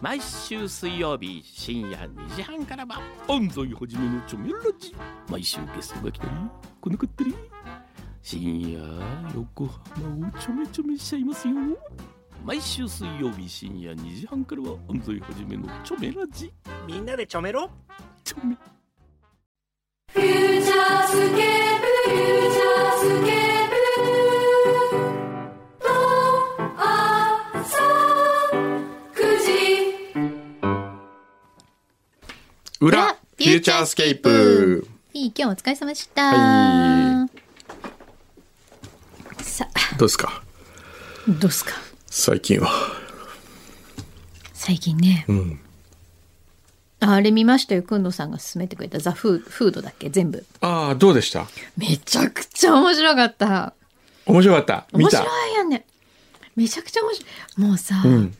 毎週水曜日深夜2時半からは安西はじめのチョメラジ毎週ゲストが来たり来なかったり深夜横浜をちょめちょめしちゃいますよ毎週水曜日深夜2時半からは安西はじめのチョメラジみんなでちょめろチョメフューチャースケープフューチャースケープと朝九時裏フューチャースケープいい、今日もお疲れ様でした。はさあ、どうですかどうすか最近は最近ね。うんああれ見ましたよ。くんのさんが勧めてくれたザ・フーフードだっけ全部。ああどうでしためちゃくちゃ面白かった。面白かった見面た白いよね。めちゃくちゃ面白い。もうさ、うん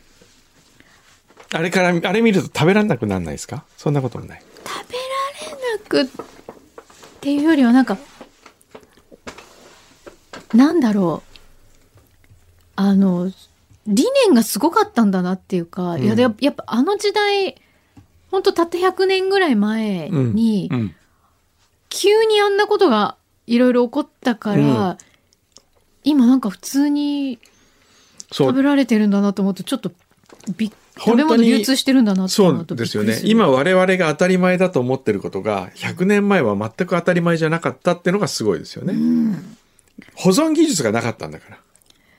あれからあれ見ると食べられなくならないですかそんなこともない食べられなくっていうよりはなんかなんだろうあの理念がすごかったんだなっていうか、いやでやっぱあの時代ほんとたった100年ぐらい前うんに、うん急にあんなことがいろいろ起こったから、う今なんか普通にそ食べうられてるんだなと思ってちょっとびっ本当食べに物流通してるんだなってそ思ううとですよびねっくりる今我々が当たり前だと思ってることが100年前は全く当たり前じゃなかったっていうのがすごいですよね、保存技術がなかったんだから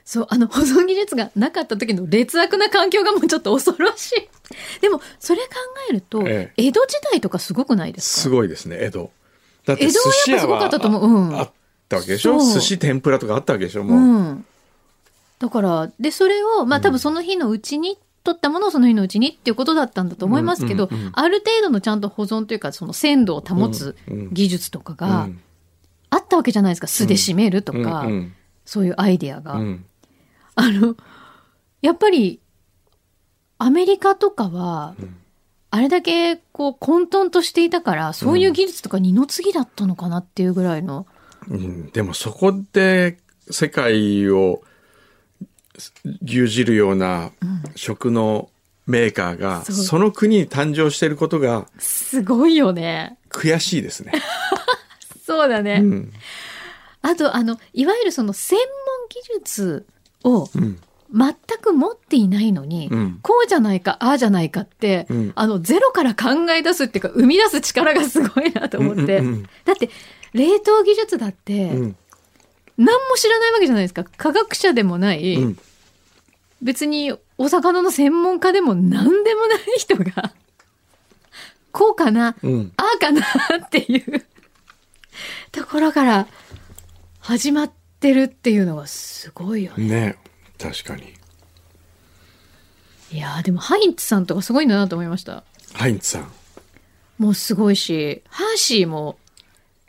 そう、あの、保存技術がなかった時の劣悪な環境がもうちょっと恐ろしい。でも、それ考えると、え江戸時代とかすごくないですかすごいですね江戸だっ江て戸寿は司やっ屋ぱすごはかあったと思ううんあったわけでしょそう寿司天ぷらとかあったわけでしょもう、うん。だから、で、それを、まあ多分その日のうちに、取ったものをその日のうちにっていうことだったんだと思いますけど、うんうんうんある程度のちゃんと保存というか、その鮮度を保つうんうん技術とかうがんあったわけじゃないですか。素で締めるとうんか、うんそういうアイデアが。うんあの、やっぱり、アメリカとかは、あれだけこう混沌としていたから、そういう技術とか二の次だったのかなっていうぐらいの。うんでもそこで世界を牛耳るような食のメーカーがそうその国に誕生していることがすごいよね。悔しいですね。そうだね。うんあと、あの、いわゆるその専門技術をうん全く持っていないのに、うんこうじゃないか、ああじゃないかって、うんあの、ゼロから考え出すっていうか、生み出す力がすごいなと思って。うんうんうんだって、冷凍技術だって、うん何も知らないわけじゃないですか科学者でもない、うん別にお魚の専門家でも何でもない人がこうかな、うんああかなっていうところから始まってるっていうのがすごいよね。ね確かに。いやーでもハインツさんとかすごいんだなと思いました。ハインツさんもうすごいしハーシーも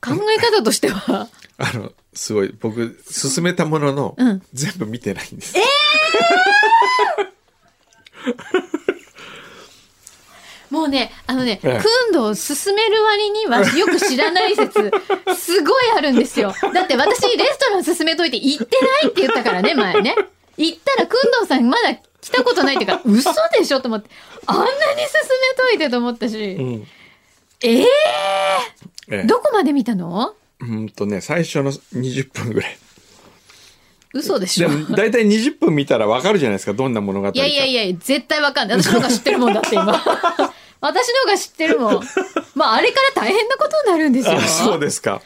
考え方としてはあのすごい僕勧めたものの、うん全部見てないんです。もうねあのねええ訓導を進める 割にはよく知らない説すごいあるんですよだって私レストラン進めといて行ってないって言ったからね前ね行ったら訓導さんまだ来たことないっ てから嘘でしょと思ってあんなに進めといてと思ったし、うんええええどこまで見たのうんとね最初の20分ぐ らい。嘘でしでょも大体20分見たらわかるじゃないですかどんな物語か。いやいやいや、絶対わかんない。私の方が知ってるもんだって今。私の方が知ってる もん。まあ、あれから大変なことになるんですよ。あそうですか。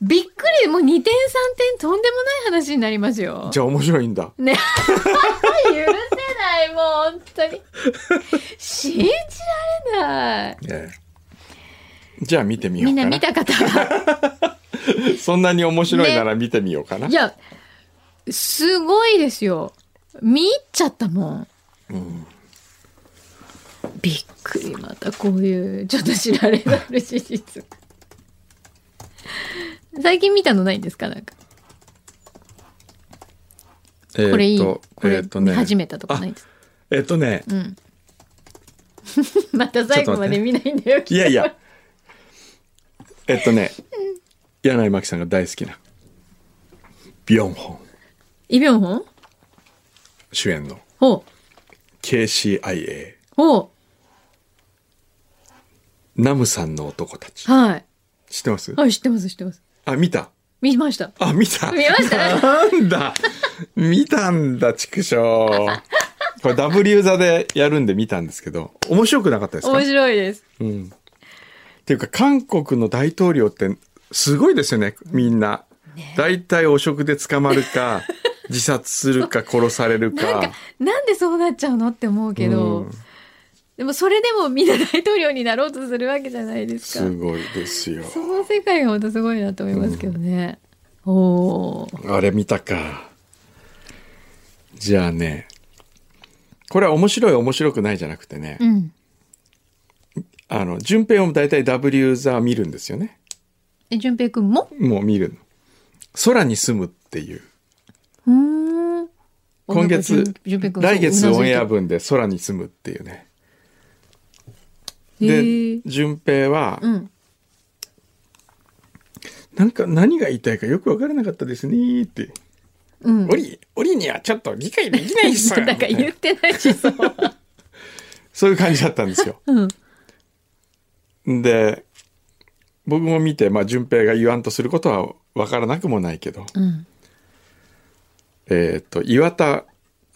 びっくり、もう2点3点とんでもない話になりますよ。 じゃあ面白いんだ。ね。 許せない、もう本当に。信じられない。ええじゃあ見てみよみうんなか見な。た方が。 そんなに面白いなら見てみようかな。いや、すごいですよ。見入っちゃったもん。びっくり、またこういう、ちょっと知られざる事実。最近見たのないんですかなんか。えーっとこれいい。こえれーっと見ね。始めたとかないんですか、えーっとね。 また最後まで見ないんだよ、いやいや。えーっとね。柳井真紀さんが大好きな。ビヨンホンイ・ビョンホン主演のほう。 KCIA。おうナムさんの男たち。はい。知ってますはい、知ってます、知ってます。あ、見た。見ました。あ、見た。見ましたなんだ。見たんだ、畜生。これ W 座でやるんで見たんですけど、面白くなかったですか面白いです。うん。っていうか、韓国の大統領ってすごいですよね、みんな。大体汚職で捕まる か、自殺するか殺されるなんかか。、なんでそうなっちゃうのって思うけど、うんでもそれでもみんな大統領になろうとするわけじゃないですかす。ごいですよ。その世界がまたすごいなと思いますけどね。おーあれ見たか。じゃあね、これは面白い面白くないじゃなくてね、うん。あの、順平も大体 W 座見るんですよね。え、淳平くんももう見るの。空に住むっていう。うーん。今お月なんか淳平、くん来月そうオンエアうなずい分で空に住むっていうね。てへでー、順平は、うん。なんか何が言いたいかよくわからなかったですねって。うん。おり、おりにはちょっと理解できない っす なんか言ってないし、そう。そういう感じだったんです よ。うん。で、僕も見て、まあ、順平が言わんとすることはわからなくもないけど、うん。えーっと、岩田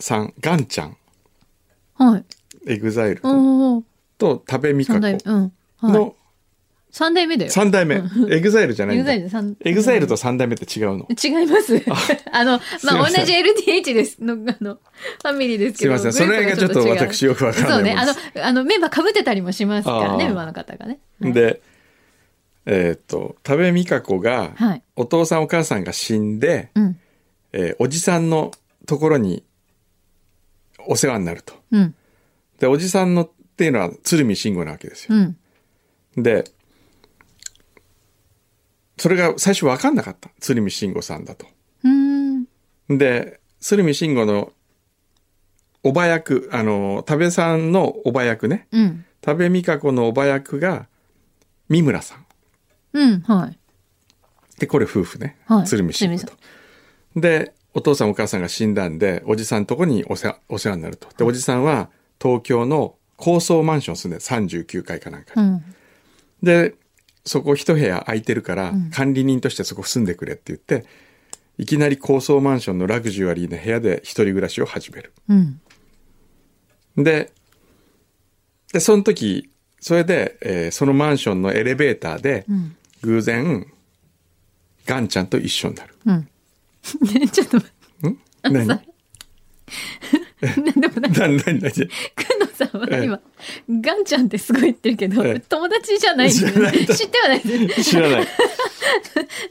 さん、ガンちゃん、はい。エグザイルおー。と多部未華三代目。子うん。はい。の三代目だよ。 3代目、エグザイルじゃないんだ。エ EXILE 三グザイルと3代目って違うの。違います。 あの、いままあ、せん同じ LDH です。の、あの、ファミリーですすいけど。ません、それがちょっとグループが私よくわか違う。らそうないね。もんあですの、あの、メンバー被ってたりもしますからあね、ーメンバーの方がね。で、えーっと、多部未華子が、はいお父さんお母さんが死んで、うん。えーおじさんのところにお世話になると。うん。で、おじさんのっていうのは鶴見慎吾なわけですよ。うん。で、それが最初分かんなかった。鶴見慎吾さんだと。うん。で、鶴見慎吾のおば役、あの、多部さんのおば役ね。うん。多部未華子のおば役が三村さん。うん。はい。で、これ夫婦ね。はい鶴見慎吾鶴と。で、お父さんお母さんが死んだんで、おじさんとこにお世話お世話になると。で、おじさんは東京の高層マンション住んでる39階かなんかうに、ん。で、そこ一部屋空いてるから、管理人としてそこ住んでくれって言って、いきなり高層マンションのラグジュアリーな部屋で一人暮らしを始める。うん。で、で、その時、それで、えーそのマンションのエレベーターで、偶然、ガンちゃんと一緒になる。ね、 ちょっと待って、ん何何なんでもない。何何何じくんのさんはええ今、ガンちゃんってすごい言ってるけどええ、友達じゃないんだよねじゃない知ってはないですゃ知 らない。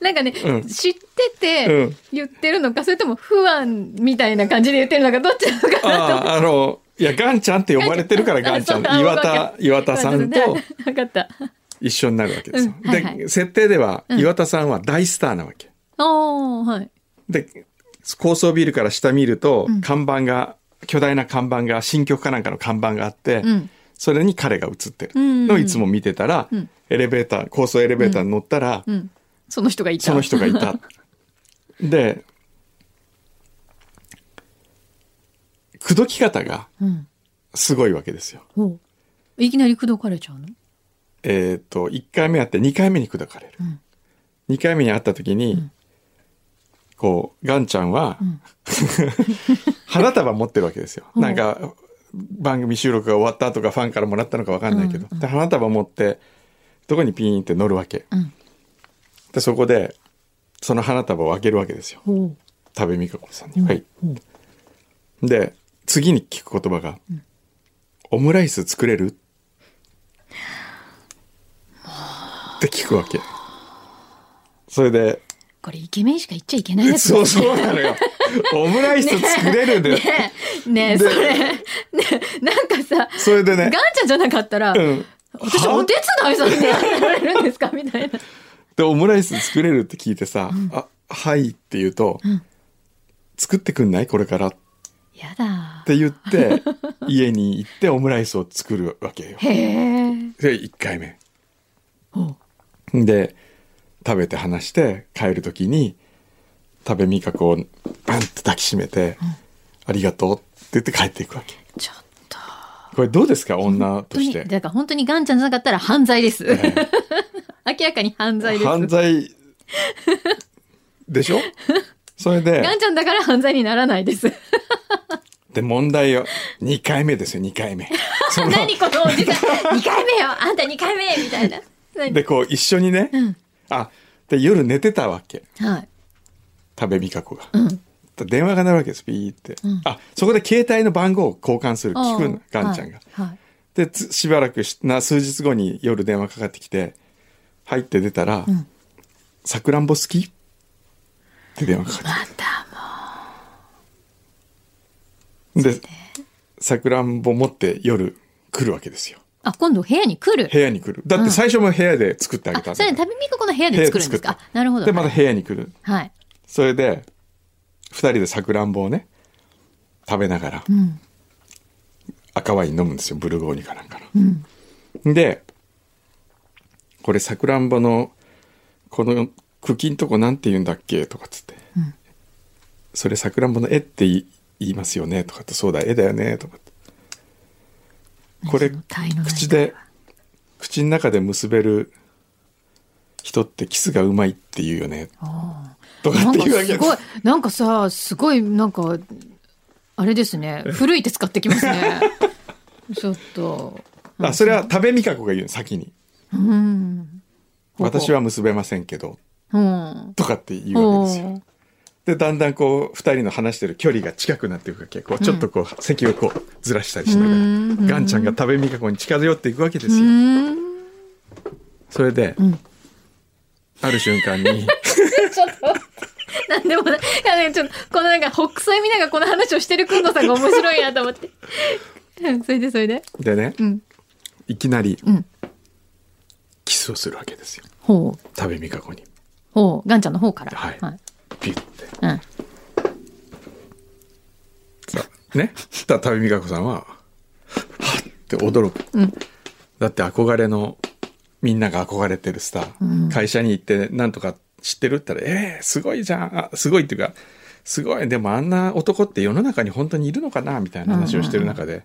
なんかね、うん知っててうん言ってるのか、それとも不安みたいな感じで言ってるのか、どっちなのかああ、あの、いや、ガンちゃんって呼ばれてるから、ガン ちゃん。岩田、岩田さんと分かった。一緒になるわけですよ。うんはいはいで、設定では、ん岩田さんは大スターなわけ。おー、はい。で、高層ビルから下見ると、看板が、巨大な看板が、新曲かなんかの看板があって、うんそれに彼が映ってるんのをいつも見てたら、んエレベーター、高層エレベーターに乗ったら、うん。その人がいた。その人がいた。で、口説き方がうん。すごいわけですよ。ほう。いきなり口説かれちゃうのえっ、と、1回目あって2回目に口説かれる。2回目に会った時に、こう、ガンちゃんは、 花束持ってるわけですよ。んなんか、番組収録が終わった後かファンからもらったのかわかんないけど、で花束持って、どこにピーンって乗るわけ。んで、そこで、その花束を開けるわけですよ。ほう。多部未華子さんに。はい。で、次に聞く言葉が、オムライス作れるって聞くわけ。それで、これイケメンしか言っちゃいけないやつそうそうなの よ。オムライス作れるで、ねえ、 ねえ、でそれ、ねえなんかさ、それでガンね、ちゃんじゃなかったら、うん。私はお手伝いさんにやられるんですかみたいな。で、オムライス作れるって聞いてさ、あ、はいって言うと、作ってくんないこれからっやだ。て言 って、家に行ってオムライスを作るわけよ。へえ。で、1回目。ほで食べて話して帰る時に食べみかこをバンって抱きしめて「ありがとう」って言って帰っていくわけう。ちょっと。これどうですか女本当とに、して。だから本当にガンちゃんじゃなかったら犯罪です。ええ 明らかに犯罪です。犯罪で しょそれでガンちゃんだから犯罪にならないです。で問題よ2回目ですよ2回目その何このおじさん !2 回目よあんた2回目みたいな。何でこう一緒にね、んあで夜寝てたわけはい。多部未華子が、うん。電話が鳴るわけですピーって、んあそこで携帯の番号を交換する聞くあのあガンちゃんが、はい。はいでつしばらくしな数日後に夜電話かかってきて入って出たらん「さくらんぼ好き?」って電話かかまたもってでさくらんぼ持って夜来るわけですよう。あ、今度部屋に来る。部屋に来るだって最初も部屋で作ってあげたんだあ、そかられ旅ミカ子の部屋で作るんですか。部屋あなるほど。でまた部屋に来るはい。それで2人でさくらんぼをね食べながらうん。赤ワイン飲むんですよブルゴーニュかなんかの。うん。でこれさくらんぼのこの茎んとこなんて言うんだっけとかっつって、んそれさくらんぼの絵ってい言いますよねとかってそうだ絵だよねとかってこれその体の中口で口の中で結べる人ってキスがうまいって言うよねとかなっんてか言うわけすごい、なんかさ、すごい、なんか、あれですね。古い手使ってきま すね。ちょっと。あそれは多部未華子が言うの先にうん。 「ほうほう私は結べませんけどうん」。とかって言うわけですよお。でだんだんこう2人の話してる距離が近くなっていくわけこうちょっとこう、席をこうずらしたりしなうがんらガンちゃんが多部未華子に近寄っていくわけですよ。うん。それで、んある瞬間 にちょっと。なんでもない。あのちょっと、このなんか、北斎見ながらこの話をしてるくんどさんが面白いなと思って。うんそれでそれで。でね、うん。いきなりうん。キスをするわけですよほう。多部未華子にほう。ガンちゃんの方から。はいはい、ピュッてうん。さねだ多部未華子さんははっって驚く、うんだって憧れのみんなが憧れてるスター、会社に行ってなんとか知ってるって言ったら「えー、すごいじゃんあすごい」っていうか「すごいでもあんな男って世の中に本当にいるのかな」みたいな話をしてる中で、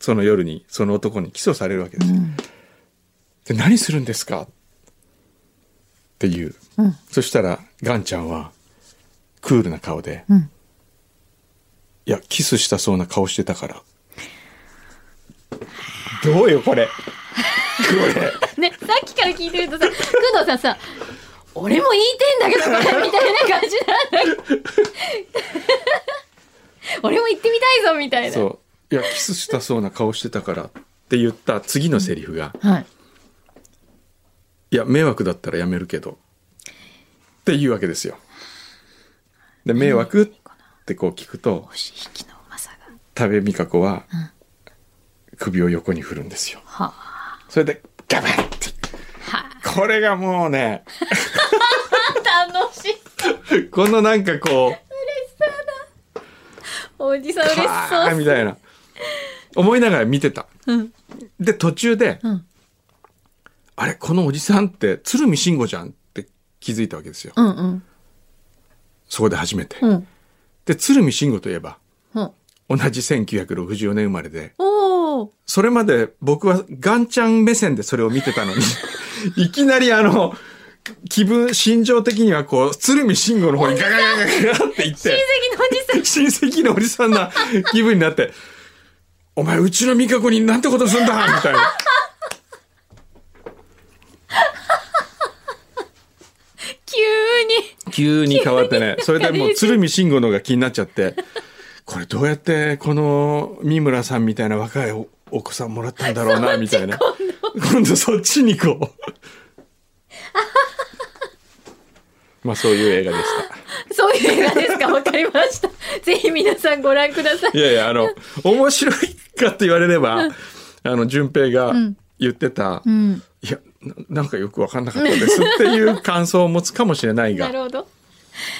その夜にその男に起訴されるわけですよ。で何するんですかっていう、うんそしたらガンちゃんはクールな顔で「うんいやキスしたそうな顔してたから」どうよこれこれね、さっきから聞いてるとさ、くんどさんさ、俺も言いてんだけど、これみたいな感じなんだけど俺も行ってみたいぞ、みたいな。そういやキスしたそうな顔してたからって言った次のセリフがはい。 「いや迷惑だったらやめるけど」って言うわけですよ。で迷惑ってこう聞くと星引きのうまさが。多部未華子は首を横に振るんですよ。はそれでガバッてはこれがもうねあ、楽しい。このなんかこうおじさん嬉しはそーう。みたいな思いながら見てた。うん。で途中で、うんあれこのおじさんって鶴見慎吾じゃんって気づいたわけですよ、うんうん。そこで初めて、うん。で鶴見慎吾といえばうん。同じ1964年生まれでおお。それまで僕はガンちゃん目線でそれを見てたの にいきなりあの気分心情的にはこう鶴見慎吾の方にガガガガガガって行っ て親戚の 親戚のおじさん。おじさんな気分になって「お前うちの美香子になんてことすんだ!」みたいな。急に。急に変わってね。それでもう鶴見慎吾のが気になっちゃって、これどうやってこの三村さんみたいな若いおお子さんもらったんだろうな、みたいな。今度そっちにこう。 まあそういう映画でしそういう映画ですかわかりま した。ぜひ皆さんご覧くださいた。い。やいや、あの、面白いかって言われれば、あの、淳平が言ってた、んいやな、なんかよくわかんなかったですっていう感想を持つかもしれないながる、ほど。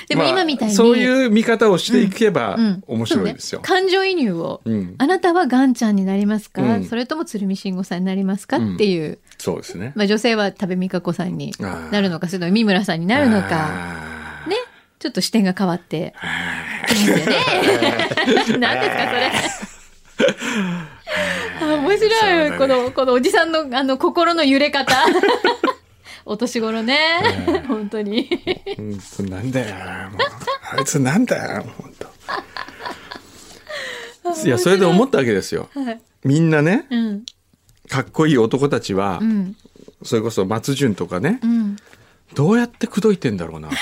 でもまあ今みたいに。そういう見方をしていけばうん面白いですよ。そうね感情移入を、うんあなたはガンちゃんになりますか、うんそれとも鶴見慎吾さんになりますか、っていう、そうですね。まあ、女性は多部未華子さんにあーなるのかそれとも三村さんになるのかあーねちょっと視点が変わって いいですよね何ですかそれ面白い、そうこだねのこのおじさんのあの心の揺れ方 お年頃ね、本当に本当なんだよもうあいつなんだよ本 当いやそれで思ったわけですよはいみんなねうんかっこいい男たちは、うんそれこそ松潤とかね、うんどうやって口説いてんだろうなと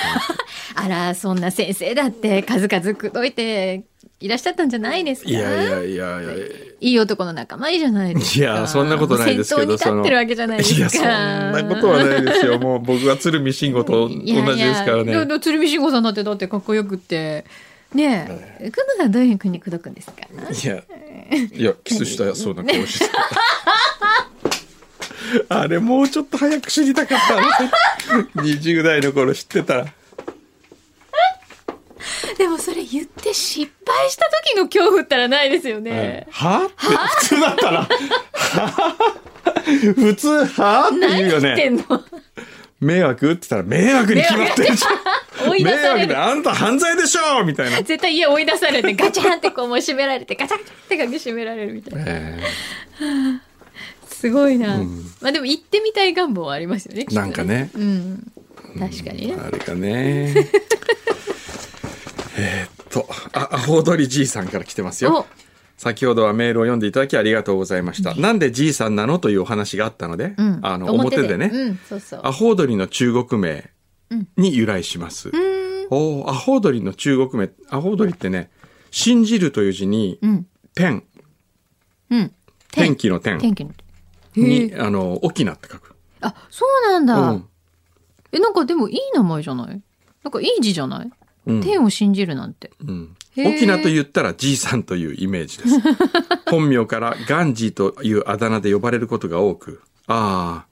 あらそんな先生だって数々口説いていらっしゃったんじゃないですかいやいやいやいやいい男の仲間いいじゃないですかいやそんなことないですけど先頭に立ってるわけじゃないですかいやそんなことはないです よもう僕は鶴見慎吾と同じですからいやねいや鶴見慎吾さんだってだってかっこよくってねえ久野さんどういうふうに口説くんですかいやいやキスしたそうな顔してた あれもうちょっと早く知りたかったね20代の頃知ってたらでもそれ言って失敗した時の恐怖ったらないですよね。はって普通だったらは普通はって言う何よ言っねてんの、迷惑って言ったら迷惑に決まってるじゃん追い出迷され惑る、で。あんた犯罪でしょみたいな絶対家追い出されてガチャンってこうもう閉められてガチャンって鍵閉められるみたいな。えすごいな。まあでも行ってみたい願望はありますよね。きーっとなんか。ねうん。確かにね。あれかね えーっとあアホ踊りじいさんから来てますよお、先ほどはメールを読んでいただきありがとうございました、なんでじいさんなのというお話があったので、うん。あの表でね、うん、そうそう。アホ踊りの中国名に由来します、おーアホ踊りの中国名アホ踊りってね信じるという字に、うん。天うん。天気の天天気の。にあの沖縄って書く、あ、そうなんだ。うんえ、なんかでもいい名前じゃないなんかいい字じゃない、うん天を信じるなんて。うん、へー沖縄と言ったらじいさんというイメージ です本名からガンジーというあだ名で呼ばれることが多くあ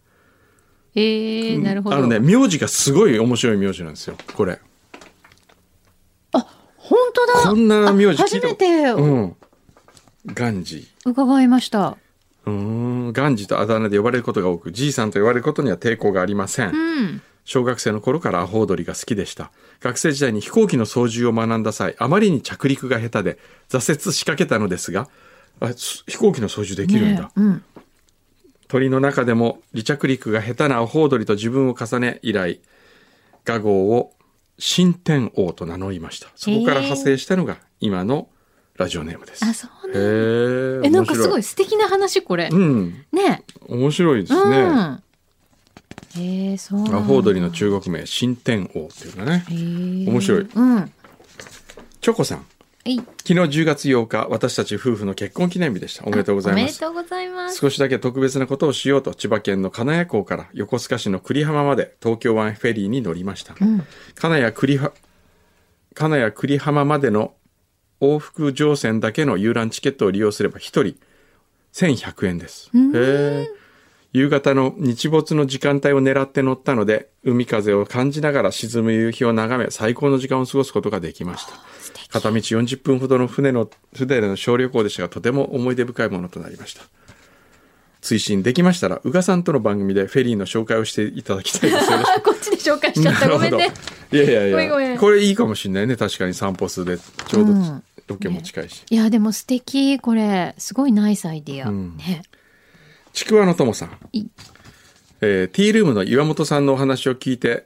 へえ、あなるほど。あのね名字がすごい面白い名字なんですよこれ本当だこんな名字あ聞初いためてうんガンジー伺いました。うーん、ガンジとあだ名で呼ばれることが多く、じいさんと呼ばれることには抵抗がありません。うん。小学生の頃からアホ踊りが好きでした。学生時代に飛行機の操縦を学んだ際、あまりに着陸が下手で挫折しかけたのですが、あす飛行機の操縦できるんだ。ねえうん。鳥の中でも離着陸が下手なアホ踊りと自分を重ね以来画号を新天王と名乗りましたそこから派生したのが今のラジオネームです、あ、そうなんだ。へええ、なんかすごいい素敵な話、これ。うんね面白いでえ。すね、うん。ええ、そうなんだ。アホ踊りの中国名新天王っていうのねへえ面白いうん。はチョコさんい。昨日10月8日私たち夫婦の結婚記念日でしたおおめでとうございおまめですとうございます。少しだけ特別なことをしようと千葉県の金谷港から横須賀市の栗浜まで東京湾フェリーに乗りました、ん金谷栗は金谷栗浜までの往復乗船だけの遊覧チケットを利用すれば1人1100円ですへえ夕方の日没の時間帯を狙って乗ったので海風を感じながら沈む夕日を眺め最高の時間を過ごすことができました素敵片道40分ほどの船の船での小旅行でしたがとても思い出深いものとなりました推進できましたら宇賀さんとの番組でフェリーの紹介をしていただきたいですよろしあ、こっちで紹介し ちゃっくた。ごめんね。いやいやいやごめんごめんこれいいかもしれないね確かに散歩数でちょうどうんロケも近いし、いや、でも素敵、これ。すごいナイスアイディア。んね。ちくわのともさんい、えーティールームの岩本さんのお話を聞いて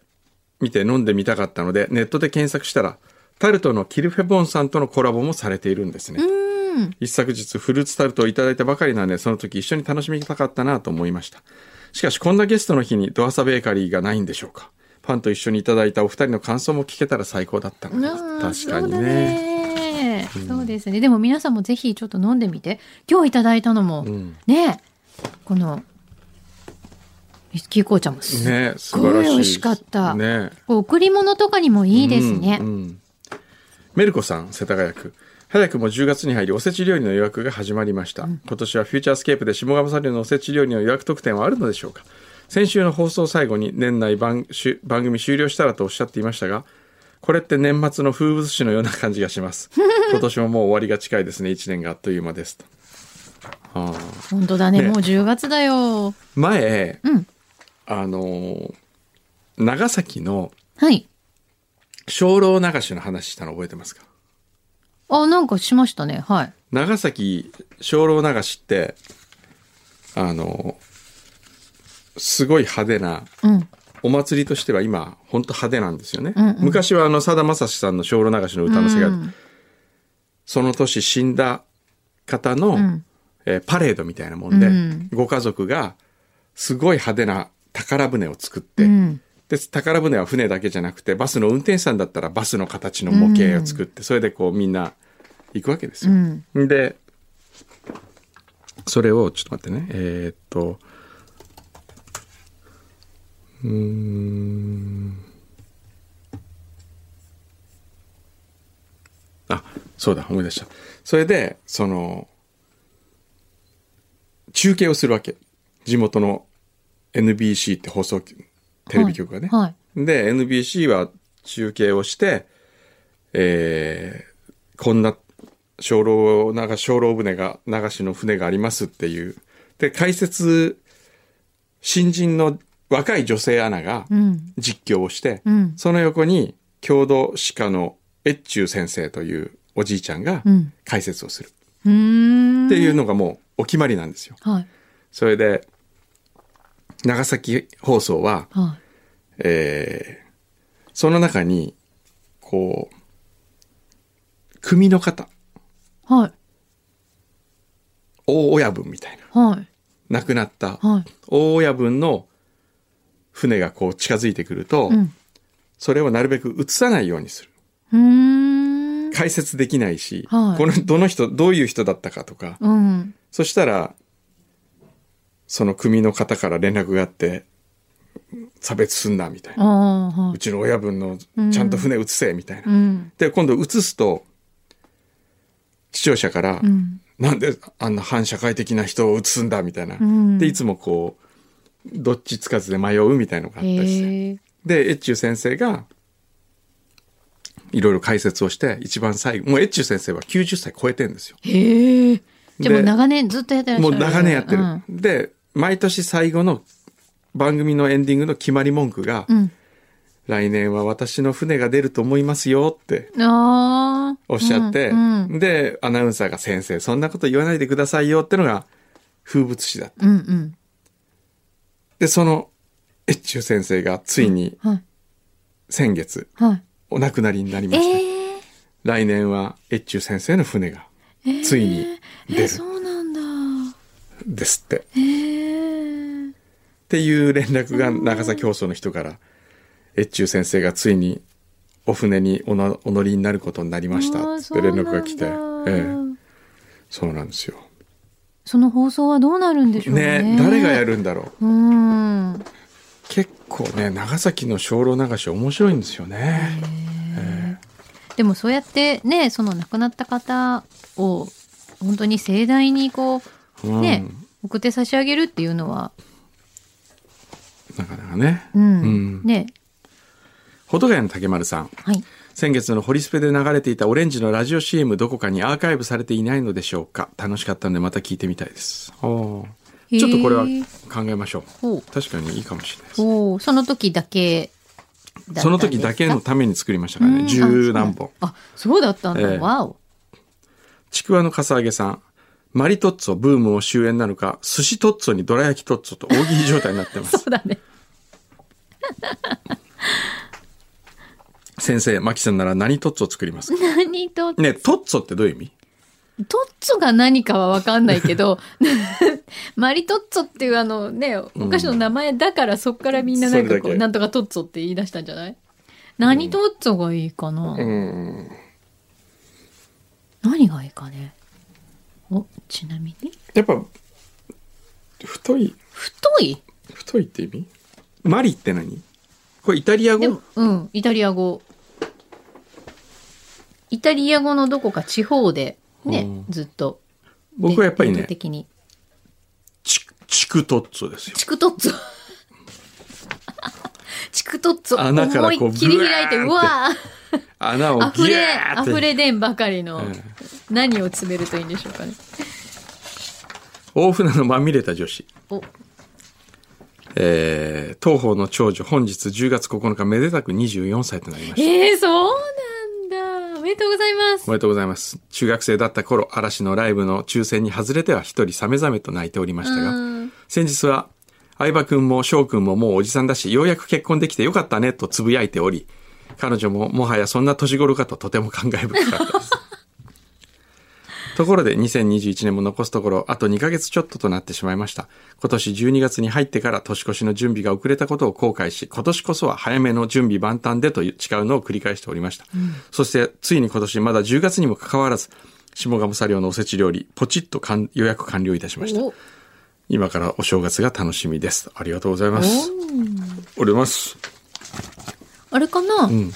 見て飲んでみたかったのでネットで検索したらタルトのキルフェボンさんとのコラボもされているんですねうん。一昨日フルーツタルトをいただいたばかりなんでその時一緒に楽しみたかったなと思いましたしかしこんなゲストの日にドアサベーカリーがないんでしょうかパンと一緒にいただいたお二人の感想も聞けたら最高だったのでうん確かそうにだねねそうですね。でも皆さんもぜひちょっと飲んでみて。今日いただいたのも、んねこの、ウイスキー紅茶もすねす素ご晴らいしい美味しかった。ねこう贈り物とかにもいいですね。うんうんメルコさん世田谷区早くも10月に入りおせち料理の予約が始まりました、今年はフューチャースケープで下鴨サリューのおせち料理の予約特典はあるのでしょうか先週の放送最後に年内番し番組終了したらとおっしゃっていましたがこれって年末の風物詩のような感じがします 今年ももう終わりが近いですね1年があっという間ですとあー本当だねねもう10月だよ。前うん。あのー長崎のはい。精霊流しの話したの覚えてますかあ、なんかしましたね。はい。長崎精霊流しってあの、すごい派手な、うん。お祭りとしては今、本当派手なんですよね。うんうん昔はあの、さだまさしさんの小路流しの歌の世界、うんその年死んだ方の、んえーパレードみたいなもんで、うんご家族がすごい派手な宝船を作って、うんで、宝船は船だけじゃなくて、バスの運転手さんだったらバスの形の模型を作って、それでこうみんな行くわけですよ。で、それを、ちょっと待ってね、えーっと、うーん。あ、そうだ、思い出した。それで、その、中継をするわけ。地元の NBC って放送局テレビ局がね。はい。で、NBC は中継をして、えー、こんな、小老、なんか小老船が、流しの船がありますっていう。で、解説、新人の若い女性アナがうん。実況をして、うんその横に、郷土史家の越中先生というおじいちゃんがうん解説をする。うーん。っていうのがもうお決まりなんですよ。はい。それで、長崎放送は、はい。えーその中に、こう、組の方、はい。大親分みたいな、はい。亡くなったはい。大親分の船がこう近づいてくると、うん。それをなるべく映さないようにする。うーん。解説できないし、はいこの、どの人、どういう人だったかとか、うん。そしたら、その組の方から連絡があって、差別すんな、みたいあな。あ、はうい。ちの親分のちゃんと船映せ、みたいな。うん。で、今度映すと、視聴者から、うん。なんであんな反社会的な人を映すんだみたいな。んで、いつもこう、どっちつかずで迷うみたいのがあったりして。へえ。で、越中先生が、いろいろ解説をして、一番最後、もう越中先生は90歳超えてんですよ。へえ。じゃあもうで長年ずっとやってらっしもゃる。う長年やってる。うんで、毎年最後の番組のエンディングの決まり文句が、うん。来年は私の船が出ると思いますよってああ。おっしゃって、うん。うんで、アナウンサーが先生、そんなこと言わないでくださいよってのが風物詩だった。うん。うんで、その、越中先生がついにはい。先月、はい。お亡くなりになりまして、ええ。来年は越中先生の船が、ついにえ出え、るそうなんだ。んですって、っへえ。ていう連絡が長崎放送の人から、越中先生がついにお船におなお乗りになることになりましたああって連絡が来て、そうなんだええ、そうなんですよ。その放送はどうなるんでしょうね。ね誰がやるんだろう。うん。へ結構ね長崎の精霊流し面白いんですよね、えでもそうやってね、その亡くなった方を本当に盛大にこうう、ん、ね、送って差し上げるっていうのは、なかなかね、うん。うんね。ほとがやの竹丸さんはい。先月のホリスペで流れていたオレンジのラジオ CM どこかにアーカイブされていないのでしょうか楽しかったのでまた聞いてみたいですあーへーちょっとこれは考えましょうほう確かにいいかもしれないですおーその時だけだったんですかその時だけのために作りましたからうんねあ十何本あ、そうだったんだ。ええわお。ちくわのかさあげさんマリトッツォブームを終焉なのか寿司トッツォにどら焼きトッツォと大喜利状態になってますそうだね。先生マキさんなら何トッツォ作りますか何と、ねトッツォってどういう意味トッツォが何かは分かんない けどマリトッツォっていうあのねお菓子の名前だからそっからみんななんそかこれだうけなんとかトッツォって言い出したんじゃない何トッツォがいいかな、うん何がいいかねおちなみにやっぱ太い太い太いって意味マリって何これイタリアで語もうんイタリア語イタリア語のどこか地方でね、うんずっと僕はやっぱり伝統ね的にチチクトッツォですよチクトッツォ チクトッツォ穴から思こういっきり開いてブワーンってうわー穴を溢ギれャーって溢れでんばかりの、うん何を詰めるといいんでしょうかね大船のまみれた女子おえー、東方の長女本日10月9日めでたく24歳となりましたえー、そうなんだおめでとうございますおめでとうございます中学生だった頃嵐のライブの抽選に外れては一人さめざめと泣いておりましたがうん先日は、相葉くんも翔くんももうおじさんだし、ようやく結婚できてよかったねとつぶやいており、彼女ももはやそんな年頃かととても感慨深かったです。ところで2021年も残すところあと2ヶ月ちょっととなってしまいました。今年12月に入ってから年越しの準備が遅れたことを後悔し、今年こそは早めの準備万端でという誓うのを繰り返しておりました。そしてついに今年まだ10月にもかかわらず、下鴨サリオのおせち料理、ポチッと完予約完了いたしました。お今からお正月が楽しみです。ありがとうございます。おります。あれかな、んフュ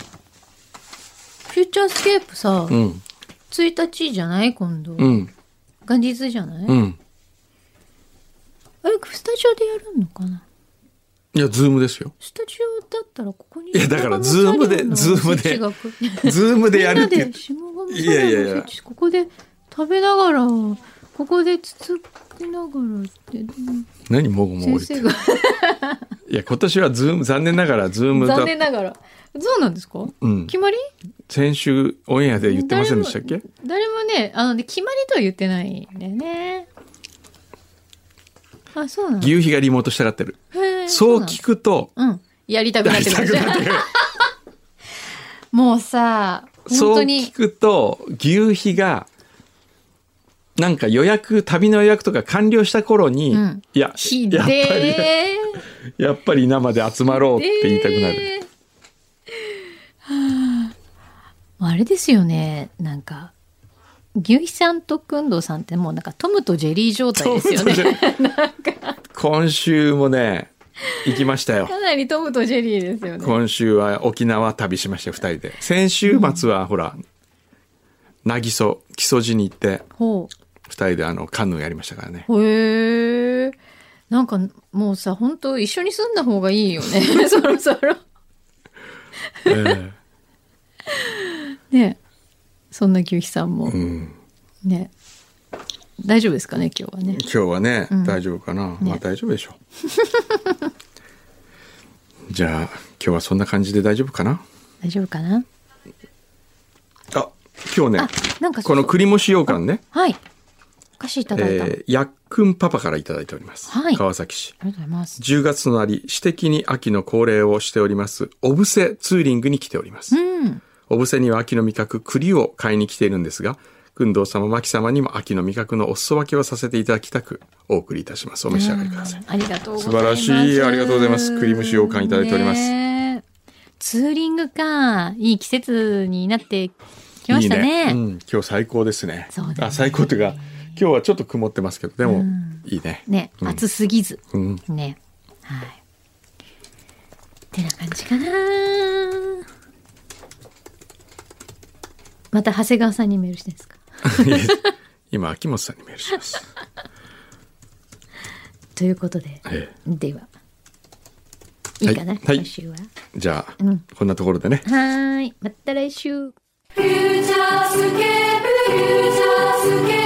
ーチャースケープさ、うん、 1日じゃない今度、うん、元日じゃない、うん。あれスタジオでやるのかないや、ズームですよ。スタジオだったらここにいやだからズームでズームでズームでやるってみ言んなっで下鴨いやいやいサラダやのスイッチここで食べながらここでつつきながらって 何もごもご先りって生。がいや、今年はズーム、残念ながらズームだ。残念ながらそうなんですかうん。決まり先週オンエアで言ってませんでしたっけ誰もねあのね決まりとは言ってないんだよねあそうなの牛皮がリモートしたがってる。へーそうなの聞くと、うんやりたくなやっりてくたるくなってくる。もうさ本そ当う聞にくと、牛皮が、なんか予約、旅の予約とか完了した頃に、うんいや、ひやっぱり、でーやっぱり生で集まろうって言いたくなる。えーはああれですよねなんか牛肥さんとくんどうさんってもうなんかトムとジェリー状態ですよ ねそうそうそう今週もね、行きましたよ。かなりトムとジェリーですよね今週は沖縄旅しましたよ、二人で。先週末は、ほら、なぎそ、木曽路に行って、ほ二人であの、カヌーやりましたからね。うへえなんかもうさ本当一緒に住んだ方がいいよ ねそろそろえねそんな牛肥さんも、えうんね大丈夫ですかね今日はね今日はね、ん大丈夫かな、まあ大丈夫でしょう じゃあ今日はそんな感じで大丈夫かな大丈夫かなあ今日ねあなんかそこうの栗も使用感ねはいお菓子いただいた、えーやっくんパパからいただいております、はい川崎市ありがとうございます10月のなり私的に秋の恒例をしております小布施ツーリングに来ておりますうん小布施には秋の味覚栗を買いに来ているんですが群藤様牧様にも秋の味覚のお裾分けをさせていただきたくお送りいたしますお召し上がりくださいありがとうござい素晴まらす。しいありがとうございます栗蒸し羊羹いただいておりますねえツーリングか、いい季節になってきましたね。いいねうん、今日最高ですね。そうだねあ最高というか今日はちょっと曇ってますけどでも、うんいいね。ねうん暑すぎず。うん、 ね。はい。ってな感じかな。また長谷川さんにメールしてんですか今秋元さんにメールします。ということで、えでは。いいかな、はいはい来週は。えじゃあ、うんこんなところでね。はーい。また来週。 「フューチャースケープフューチャースケ